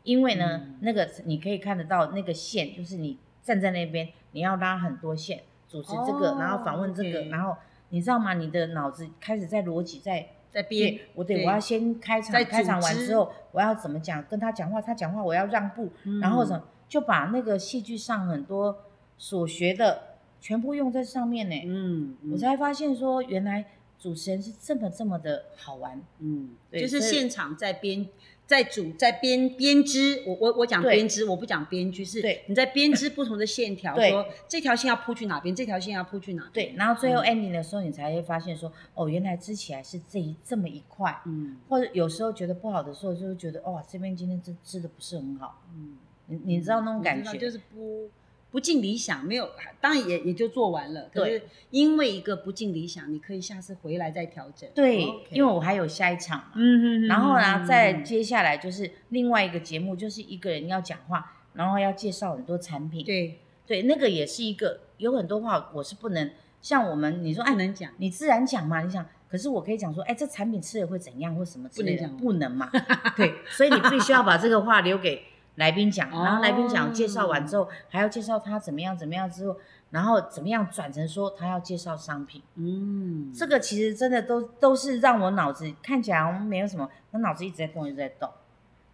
S3: 因为呢，
S2: 嗯
S3: 那个你可以看得到那个线，就是你站在那边，你要拉很多线，主持这个，
S2: 哦
S3: 然后访问这个，
S2: OK
S3: 然后你知道吗？你的脑子开始在逻辑在。哎
S2: 在编，
S3: 我得
S2: 对
S3: 我要先开场，
S2: 在
S3: 开场
S2: 组
S3: 完
S2: 织
S3: 之后，我要怎么讲？跟他讲话，他讲话我要让步，
S2: 嗯
S3: 然后什么就把那个戏剧上很多所学的全部用在上面呢。
S2: 嗯，嗯
S3: 我才发现说，原来主持人是这么这么的好玩。
S2: 嗯，
S3: 对
S2: 就是
S3: 所以
S2: 现场在编、在组、在编编织。我我我讲
S3: 对
S2: 编织，我不讲编剧，是
S3: 对
S2: 你在编织不同的线条，
S3: 对
S2: 说这条线要铺去哪边，这条线要铺去哪边。
S3: 对，，然后最
S2: 嗯
S3: 后 ending 的时候，你才会发现说，哦，原来支起来是这一这么一块。
S2: 嗯
S3: 或者有时候觉得不好的时候，就会觉得哇，这边今天真吃的不是很好，
S2: 嗯，
S3: 你你知道那种感
S2: 我知
S3: 觉？
S2: 道就是不不尽理想，没有，当然也也就做完了。可
S3: 对
S2: 是因为一个不尽理想，你可以下次回来再调整。哦
S3: 对
S2: OK
S3: 因为我还有下一场嘛。
S2: 嗯
S3: 然后呢，再
S2: 嗯
S3: 接下来就是另外一个节目，就是一个人要讲话，然后要介绍很多产品。
S2: 对
S3: 对，那个也是一个有很多话我是不能像我们你说哎
S2: 不能讲，
S3: 你自然讲嘛，你想，可是我可以讲说，哎，这产品吃了会怎样或什么之类的，
S2: 不能讲
S3: 不能 嘛，对，所以你必须要把这个话留给来宾讲，
S2: 哦
S3: 然后来宾讲介绍完之后，还要介绍他怎么样怎么样之后，然后怎么样转成说他要介绍商品，
S2: 嗯，
S3: 这个其实真的都都是让我脑子看起来好像没有什么，我脑子一直在动一直在动，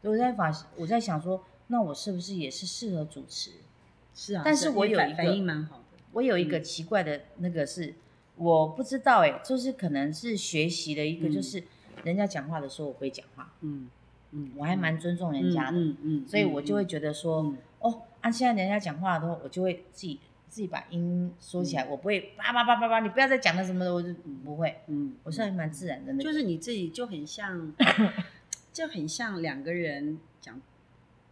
S3: 我在反我在想说，那我是不是也是适合主持？
S2: 是啊，
S3: 但
S2: 啊
S3: 是我
S2: 因为
S3: 有
S2: 反
S3: 一个
S2: 反应蛮好的。
S3: 我有一个
S2: 嗯
S3: 奇怪的那个是，我不知道哎、就是可能是学习的一个，
S2: 嗯
S3: 就是人家讲话的时候我不会讲话，
S2: 嗯嗯
S3: 我还蛮尊重人家的，
S2: 嗯嗯嗯
S3: 所以我就会觉得说，
S2: 嗯
S3: 哦，按、现在人家讲话的话，我就会自己自己把音缩起来，我不会叭叭叭叭叭，你不要再讲了什么的，我就不会，
S2: 嗯，
S3: 我是还蛮自然的那种，
S2: 就是你自己就很 像，就很像两个人讲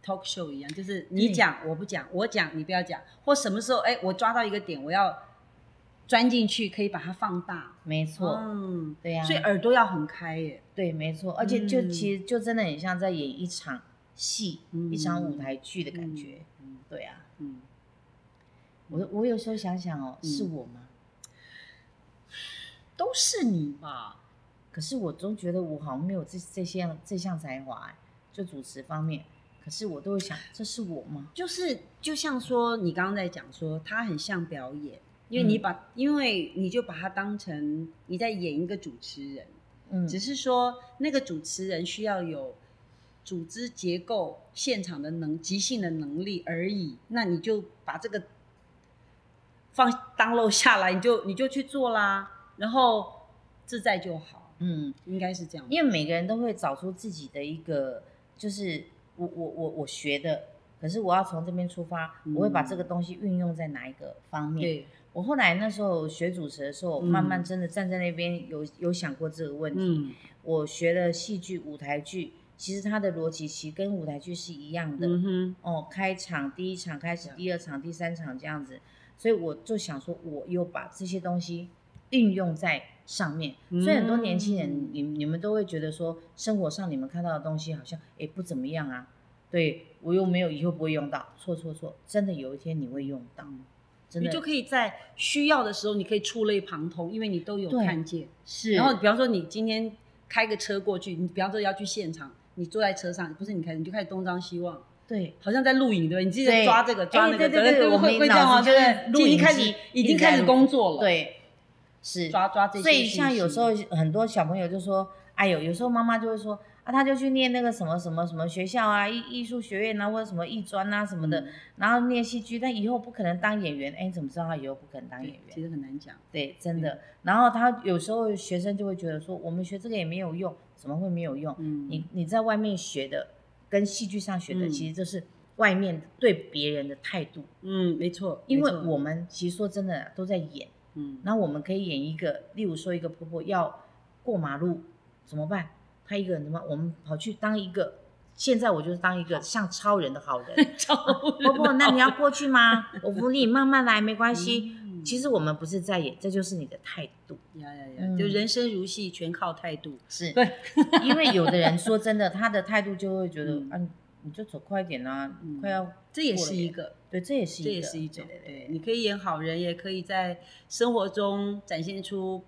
S2: talk show 一样，就是你
S3: 对
S2: 讲我不讲，我讲你不要讲，或什么时候哎，我抓到一个点，我要钻进去，可以把它放大。
S3: 没错，
S2: 嗯，
S3: 对呀、
S2: 所以耳朵要很开耶。
S3: 对，没错，而且就
S2: 嗯
S3: 其实就真的很像在演一场戏，
S2: 嗯
S3: 一场舞台剧的感觉，
S2: 嗯
S3: 对啊，
S2: 嗯，
S3: 我我有时候想想哦，
S2: 嗯
S3: 是我吗？
S2: 都是你吧？
S3: 可是我总觉得我好像没有这这项这项才华、哎就主持方面。可是我都会想，这是我吗？
S2: 就是就像说你刚刚在讲说，它很像表演，因为你
S3: 嗯
S2: 把、因为你就把它当成你在演一个主持人。
S3: 嗯，
S2: 只是说那个主持人需要有组织结构、现场的能即兴的能力而已。那你就把这个放当漏下来，你就你就去做啦，然后自在就好，
S3: 嗯，
S2: 应该是这样。
S3: 因为每个人都会找出自己的一个，就是我我我我学的，可是我要从这边出发，我会把这个东西运用在哪一个方面？
S2: 嗯对，
S3: 我后来那时候学主持的时候，
S2: 嗯
S3: 慢慢真的站在那边有有想过这个问题。
S2: 嗯
S3: 我学了戏剧、舞台剧，其实它的逻辑其实跟舞台剧是一样的。
S2: 嗯哼，
S3: 哦，开场第一场开始，第二场、第三场这样子，所以我就想说，我又把这些东西运用在上面。所以很多年轻人
S2: 嗯，
S3: 你你们都会觉得说，生活上你们看到的东西好像诶不怎么样啊，对我又没有以后不会用到，错错错，真的有一天你会用到，
S2: 嗯
S3: 真
S2: 你就
S3: 的
S2: 可以在需要的时候，你可以触类旁通，因为你都有
S3: 对
S2: 看见。
S3: 是。
S2: 然后，比方说你今天开个车过去，你比方说要去现场，你坐在车上，不是你开，你就开始东张西望。
S3: 对，
S2: 好像在录影对不对？你记得
S3: 对
S2: 抓这个抓那个，
S3: 哎对对对
S2: 不
S3: 我
S2: 会
S3: 们
S2: 会这样吗？
S3: 脑子就是录
S2: 已经
S3: 影机
S2: 开始已经开始工作了，，
S3: 对，是
S2: 抓抓这些
S3: 所
S2: 信息。嗯
S3: 以像有时候很多小朋友就说，哎呦，有时候妈妈就会说啊，他就去念那个什么什么什么学校啊，艺艺术学院啊，或者什么艺专啊什么的，
S2: 嗯
S3: 然后念戏剧，但以后不可能当演员。哎，你怎么知道他以后不可能当演
S2: 对哎其
S3: 员？
S2: 实很难讲，
S3: 对，真的。然后他有时候学生就会觉得说，我们学这个也没有用，怎么会没有用？
S2: 嗯，
S3: 你你在外面学的跟戏剧上学的，
S2: 嗯
S3: 其实就是外面对别人的态度，
S2: 嗯，没错，
S3: 因为
S2: 没错
S3: 我们其实说真的啊都在演。
S2: 嗯
S3: 那我们可以演一个，例如说一个婆婆要过马路怎么办？她一个人怎么办？我们跑去当一个，现在我就是当一个像超人的好人。婆婆，那你要过去吗？我扶你，慢慢来，没关系。
S2: 嗯
S3: 其实我们不是在演，这就是你的态度。
S2: 呀呀呀，
S3: 嗯
S2: 就人生如戏，全靠态度。
S3: 是
S2: 对，
S3: 因为有的人说真的，他的态度就会觉得，
S2: 嗯
S3: 啊，你你就走快一点啊，
S2: 嗯
S3: 快要
S2: 这也
S3: 过
S2: 是
S3: 了
S2: 一
S3: 耶
S2: 个，
S3: 对，这也是
S2: 这
S3: 一个，
S2: 也是一种，
S3: 对对
S2: 对，你可以演好人，也可以在生活中展现出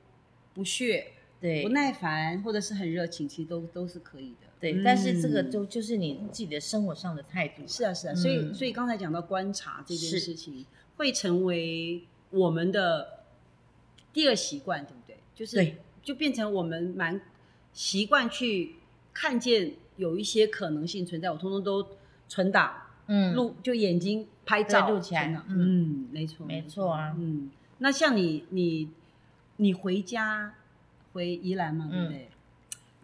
S2: 不屑、
S3: 对，
S2: 不耐烦，或者是很热情，其实都都是可以的。
S3: 对，但是这个
S2: 嗯
S3: 就就是你自己的生活上的态度。
S2: 是啊，是啊，所以
S3: 嗯
S2: 所以刚才讲到观察这件
S3: 是
S2: 事情，会成为我们的第二习惯，对不对？就是
S3: 对
S2: 就变成我们蛮习惯去看见有一些可能性存在，我通通都存档
S3: 嗯，
S2: 录，就眼睛拍
S3: 对
S2: 照
S3: 录起来
S2: 存档嗯
S3: 嗯，
S2: 没错，
S3: 没错啊
S2: 嗯。那像你你你回家回宜兰嘛，对不
S3: 嗯
S2: 对？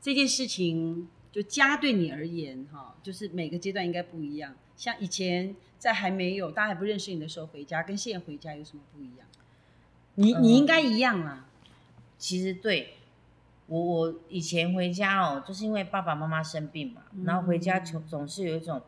S2: 这件事情，就家对你而言，哈，就是每个阶段应该不一样。像以前在还没有大家还不认识你的时候回家，跟现在回家有什么不一样？呃你
S3: 嗯
S2: 你应该一样啦，
S3: 其实对我，我以前回家哦，就是因为爸爸妈妈生病嘛，
S2: 嗯
S3: 然后回家总总是有一种，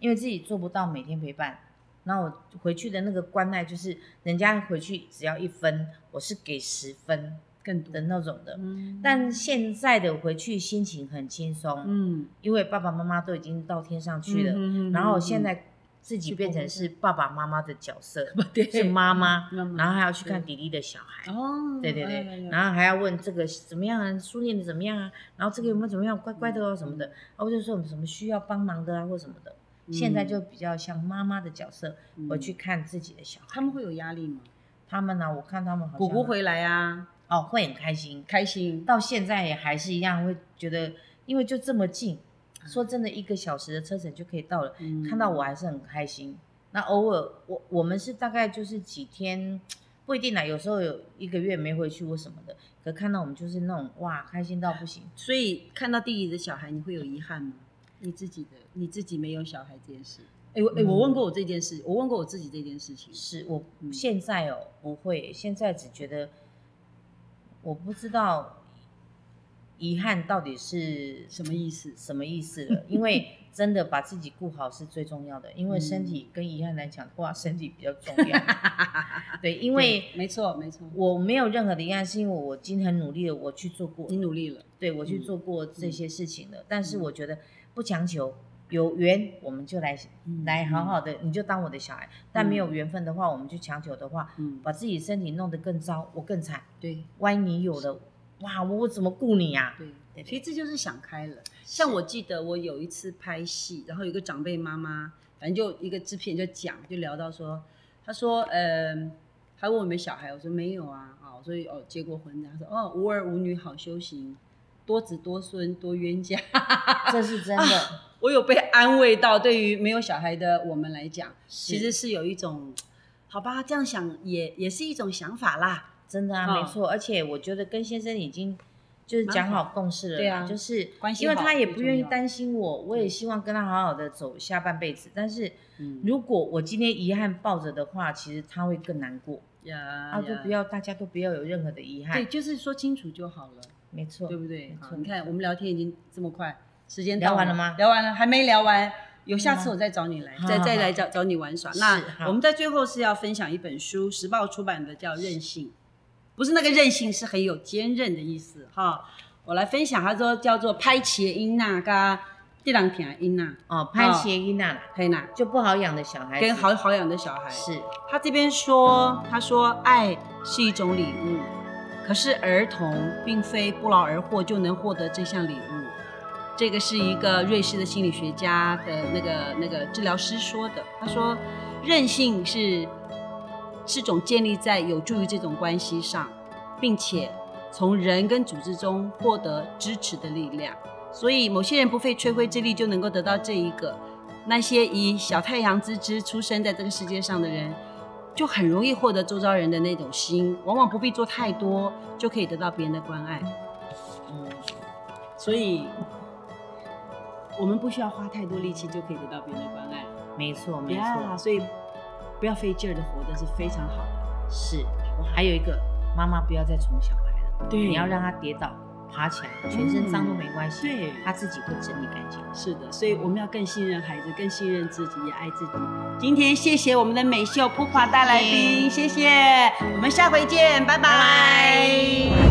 S3: 因为自己做不到每天陪伴，然后我回去的那个关爱就是，人家回去只要一分，我是给十分
S2: 更多
S3: 的。那种的。
S2: 嗯
S3: 但现在的回去心情很轻松，
S2: 嗯，
S3: 因为爸爸妈妈都已经到天上去了，
S2: 嗯
S3: 然后现，在自己
S2: 去
S3: 变
S2: 婆
S3: 成
S2: 婆
S3: 是爸爸妈妈的角色，
S2: 对
S3: 是妈妈，
S2: 嗯
S3: 然后还要去看
S2: 对
S3: 弟弟的小孩。
S2: 哦，
S3: 对对
S2: 哎呀
S3: 对，
S2: 呀
S3: 然后还要问这个怎么样啊，书念的怎么样啊，然后这个有没有怎么样，乖乖的哦什么
S2: 嗯
S3: 的，然后我就说有什么需要帮忙的啊或什么的。现在就比较像妈妈的角色，
S2: 嗯
S3: 我去看自己的小孩。
S2: 他们会有压力吗？
S3: 他们呢，我看他们好像
S2: 姑姑回来啊，
S3: 哦，会很开心，
S2: 开心，
S3: 到现在也还是一样，会觉得因为就这么近，说真的，一个小时的车程就可以到了，
S2: 嗯
S3: 看到我还是很开心。那偶尔我我们是大概就是几天，不一定啦，有时候有一个月没回去或什么的，可看到我们就是那种哇，开心到不行。
S2: 所以看到弟弟的小孩，你会有遗憾吗？你自己的你自己没有小孩这件事，哎、我哎、我问过我这件事，我问过我自己这件事情，
S3: 是我
S2: 嗯
S3: 现在哦不会，现在只觉得我不知道遗憾到底是
S2: 什么意思？
S3: 什么意思了，因为真的把自己顾好是最重要的，因为身体跟遗憾来讲的话，身体比较重要。对，因为
S2: 对没错没错，
S3: 我没有任何的遗憾，是因为我今天很努力的，我去做过，
S2: 你努力了，
S3: 对我去做过这些事情
S2: 嗯
S3: 了。但是我觉得不强求，有缘我们就来
S2: 嗯
S3: 来好好的，你就当我的小孩。但没有缘分的话，我们去强求的话，
S2: 嗯，
S3: 把自己身体弄得更糟，我更惨。
S2: 对
S3: 万一你有了，哇，我我怎么顾你啊 呀、
S2: 对。
S3: 对不
S2: 其
S3: 对
S2: 实这就是想开了。像我记得我有一次拍戏，然后有一个长辈妈妈，反正就一个制片就讲，就聊到说，他说，嗯、还问我有没有小孩，我说没有啊，啊、我说哦结过婚的，他说哦无儿无女好修行，多子多孙多冤家，
S3: 这是真 的。
S2: 我有被安慰到。对于没有小孩的我们来讲，其实是有一种，好吧，这样想也也是一种想法啦。
S3: 真的啊，
S2: 嗯
S3: 没错，而且我觉得跟先生已经就是讲好共识了啦，
S2: 对啊
S3: 就是
S2: 关系
S3: 因为
S2: 好
S3: 他也
S2: 最
S3: 不愿意
S2: 重要
S3: 担心我，我也希望跟他好好的走下半辈子。但是
S2: 嗯，
S3: 如果我今天遗憾抱着的话，其实他会更难过。
S2: 呀哎
S3: 啊，都不要，大家都不要有任何的遗
S2: 对，
S3: 憾，
S2: 就是说清楚就好了。
S3: 没错哦
S2: 对，不对？
S3: 错
S2: 好，你看我们聊天已经这么快，时间
S3: 聊
S2: 到
S3: 完了吗
S2: 聊完了，还没聊完。有下
S3: 是
S2: 次
S3: 嗯吗
S2: 我再找你来，
S3: 好
S2: 再
S3: 好
S2: 再
S3: 好
S2: 来找找你玩耍。
S3: 是
S2: 那
S3: 好
S2: 我们在最后是要分享一本书，时报出版的叫《任性》，不是那个任性，是很有坚韧的意思哈。我来分享，他说叫做拍茄音呐，嘎这两天音呐，
S3: 哦，潘协英娜啦，
S2: 可以呐，
S3: 就不好养的小孩子，
S2: 跟好好养的小孩。
S3: 是
S2: 他这边说，他说爱是一种礼物，可是儿童并非不劳而获就能获得这项礼物。这个是一个瑞士的心理学家的那个那个治疗师说的。他说，韧性是是种建立在有助于这种关系上，并且从人跟组织中获得支持的力量。所以，某些人不费吹灰之力就能够得到这一个，那些以小太阳之姿出生在这个世界上的人，就很容易获得周遭人的那种心，往往不必做太多就可以得到别人的关爱。
S3: 嗯，
S2: 所以，我们不需要花太多力气就可以得到别人的关爱。
S3: 没错没
S2: 呀，
S3: 错，
S2: 所以不要费劲儿的活着是非常好的。
S3: 是。还有一个，妈妈不要再宠小孩了，
S2: 对
S3: 你要让他跌倒爬起来，全身脏都没关系，
S2: 对
S3: 他自己会整理干净。
S2: 是的，所以我们要更信任孩子，更信任自己，也爱自己。今天谢谢我们的美秀普法大来宾，谢谢，我们下回见，拜拜